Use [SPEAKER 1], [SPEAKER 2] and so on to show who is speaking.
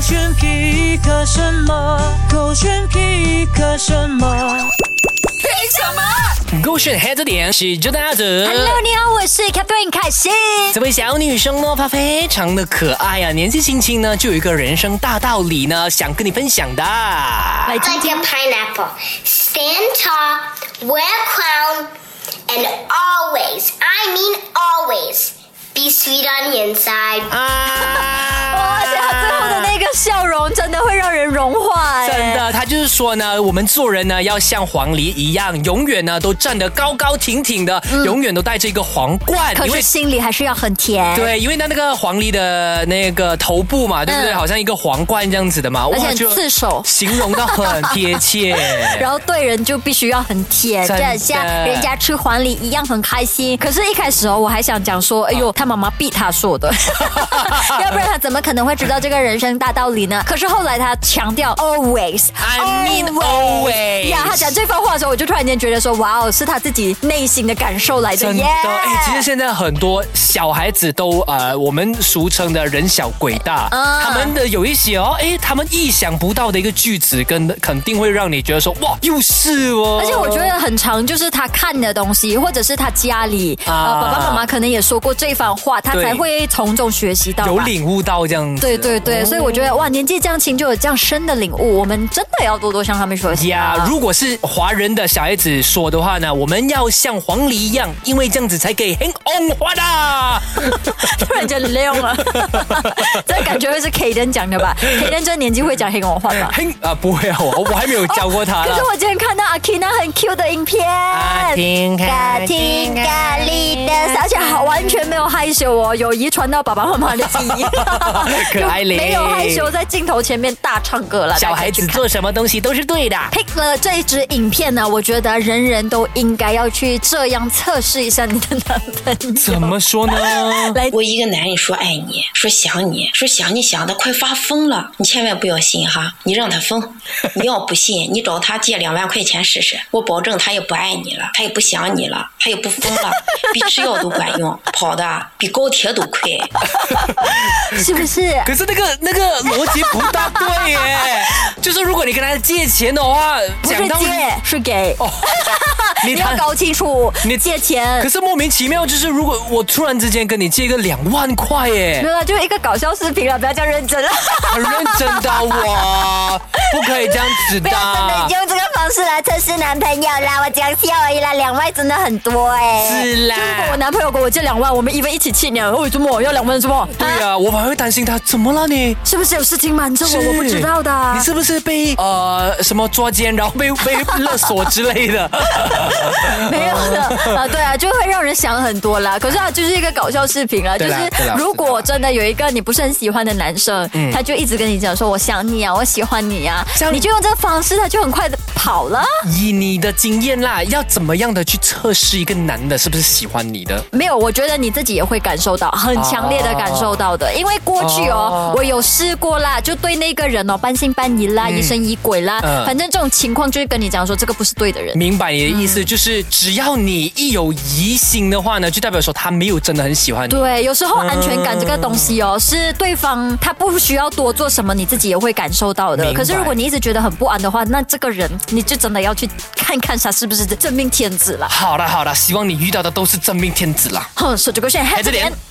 [SPEAKER 1] 选皮克什么？狗选皮克什么？
[SPEAKER 2] 勾选黑着点是就大子。
[SPEAKER 3] Hello，你好，我是 Catherine 凯西。
[SPEAKER 2] 这位小女生呢，她非常的可爱啊，年纪轻轻呢，就有一个人生大道理呢，想跟你分享的。
[SPEAKER 3] 来听
[SPEAKER 4] like a pineapple. Stand tall, wear a crown, and always, I mean always, be sweet on the inside.
[SPEAKER 2] 啊！
[SPEAKER 3] 哇，这他最后的那个笑容真的会让人融化哎。
[SPEAKER 2] 真的，他就是说呢，我们做人呢要像黄鹂一样，永远呢都站得高高挺挺的，永远都带着一个皇
[SPEAKER 3] 嗯
[SPEAKER 2] 冠，
[SPEAKER 3] 可
[SPEAKER 2] 因为
[SPEAKER 3] 是心里还是要很甜。。
[SPEAKER 2] 对，因为它那个黄鹂的那个头部嘛，对不对？
[SPEAKER 3] 嗯
[SPEAKER 2] 好像一个皇冠这样子的嘛，
[SPEAKER 3] 而且很
[SPEAKER 2] 就
[SPEAKER 3] 刺手
[SPEAKER 2] 形容的很贴切。
[SPEAKER 3] 然后对人就必须要很甜，
[SPEAKER 2] 真
[SPEAKER 3] 这
[SPEAKER 2] 的
[SPEAKER 3] 样像人家吃黄梨一样很开心。可是，一开始哦，我还想讲说，哎
[SPEAKER 2] 啊
[SPEAKER 3] 呦，他妈妈逼他说 的， 要不然他怎么可能会知道这个人生大道理呢？可是后来他强调 always。
[SPEAKER 2] I mean always
[SPEAKER 3] 呀他讲这番话的时候，我就突然间觉得说，哇哦，是他自己内心的感受来的
[SPEAKER 2] 真的，
[SPEAKER 3] 耶。
[SPEAKER 2] 哎、其实现在很多小孩子都呃，我们俗称的人小鬼大，
[SPEAKER 3] 嗯
[SPEAKER 2] 他们的有一些哦，哎，他们意想不到的一个句子，跟肯定会让你觉得说，哇，又是哦。
[SPEAKER 3] 而且我觉得很长，就是他看的东西，或者是他家里，
[SPEAKER 2] 啊
[SPEAKER 3] 呃，爸爸妈妈可能也说过这番话，他
[SPEAKER 2] 对
[SPEAKER 3] 才会从中学习到吧。
[SPEAKER 2] 有领悟到这样子。
[SPEAKER 3] 对对对，所以我觉得哇，年纪这样轻就有这样深的领悟，我们真的要多多向他们学习啊、
[SPEAKER 2] 呀如果是华人的小孩子说的话呢，我们要像黄鹂一样，因为这样子才可以很红花的。
[SPEAKER 3] 突然间亮 了，这感觉会是 Kaden 讲的吧？Kaden 这年纪会讲黑我话 吧？
[SPEAKER 2] 很啊，不会啊，我我还没有教过他
[SPEAKER 3] 可
[SPEAKER 2] 啦
[SPEAKER 3] 是。我今天看到阿 Kina 很 Q 的影片，
[SPEAKER 2] 啊听
[SPEAKER 3] 嘎听嘎哩的，而且好完全没有害羞哦，有遗传到爸爸妈妈的基 因，
[SPEAKER 2] 可爱嘞
[SPEAKER 3] 没有害羞，在镜头前面大唱歌了，
[SPEAKER 2] 小
[SPEAKER 3] 大家
[SPEAKER 2] 孩子
[SPEAKER 3] 可以去看
[SPEAKER 2] 做什么东西都是对的。
[SPEAKER 3] pick 了这一支影片呢，我觉得人人都应该要去这样测试一下你的男朋友。
[SPEAKER 2] 怎么说呢？
[SPEAKER 3] 来，
[SPEAKER 5] 我一个男人说爱你，说想你，说想你想的快发疯了，你千万不要信哈，你让他疯。你要不信，你找他借两万块钱试试，我保证他也不爱你了，他也不想你了，他也不疯了，比吃药都管用，跑的比高铁都快。
[SPEAKER 3] 是不是？
[SPEAKER 2] 可是那个那个逻辑不大 对耶，就是如果你跟他借钱的话，
[SPEAKER 3] 不是借，是给。
[SPEAKER 2] 哦，你
[SPEAKER 3] 你要
[SPEAKER 2] 谈
[SPEAKER 3] 搞清楚，
[SPEAKER 2] 你
[SPEAKER 3] 借
[SPEAKER 2] 可
[SPEAKER 3] 钱。
[SPEAKER 2] 是莫名其妙，就是如果我突然之间跟你借个两万块 耶
[SPEAKER 3] 没，有啦，就是一个搞笑视频了，不要这样认真 了，
[SPEAKER 2] 很认真的我，不可以这样子
[SPEAKER 3] 不
[SPEAKER 2] 的。
[SPEAKER 3] 要真的用这个方式来测试男朋友啦。我讲笑而已啦，两万真的很多哎、
[SPEAKER 2] 是啦
[SPEAKER 3] 就如果我男朋友给我借两万，我们 even 一起去呢，哦，周末要两万周末，
[SPEAKER 2] 对
[SPEAKER 3] 啊
[SPEAKER 2] 呀、我反而会担心他怎么了你？
[SPEAKER 3] 是不是有事情瞒着哦我？我不知道的啊。
[SPEAKER 2] 你是不是被呃什么抓奸，然后被 被勒索之类的？
[SPEAKER 3] 没有的啊，对啊，就会让人想很多啦。可是它就是一个搞笑视频啊，就
[SPEAKER 2] 对
[SPEAKER 3] 是
[SPEAKER 2] 啦对啦嗯
[SPEAKER 3] 如果真的有一个你不是很喜欢的男生，他就一直跟你讲说我想你啊，我喜欢你啊
[SPEAKER 2] 像，
[SPEAKER 3] 你就用这个方式，他就很快的跑了。
[SPEAKER 2] 以你的经验啦，要怎么样的去测试一个男的是不是喜欢你的？
[SPEAKER 3] 没有，我觉得你自己也会感受到，很强烈的感受到的。因为过去哦
[SPEAKER 2] 哦，
[SPEAKER 3] 我有试过啦，就对那个人哦半信半疑啦，疑神疑鬼啦，
[SPEAKER 2] 嗯
[SPEAKER 3] 反正这种情况就是跟你讲说这个不是对的人。
[SPEAKER 2] 明白你的意思，就是只要你一有疑心的话呢，就代表说他没有真的很喜欢你。
[SPEAKER 3] 对，有时候安全感这个东西
[SPEAKER 2] 嗯
[SPEAKER 3] 哦，是对方他不需要多做什么，你自己也会感受到的。
[SPEAKER 2] 明白
[SPEAKER 3] 可是如果你一直觉得很不安的话，那这个人你就真的要去看看他是不是真命天子了。
[SPEAKER 2] 好了好了，希望你遇到的都是真命天子啦。
[SPEAKER 3] 哼，手机勾选黑
[SPEAKER 2] 黑着
[SPEAKER 3] 着
[SPEAKER 2] 脸
[SPEAKER 3] 脸。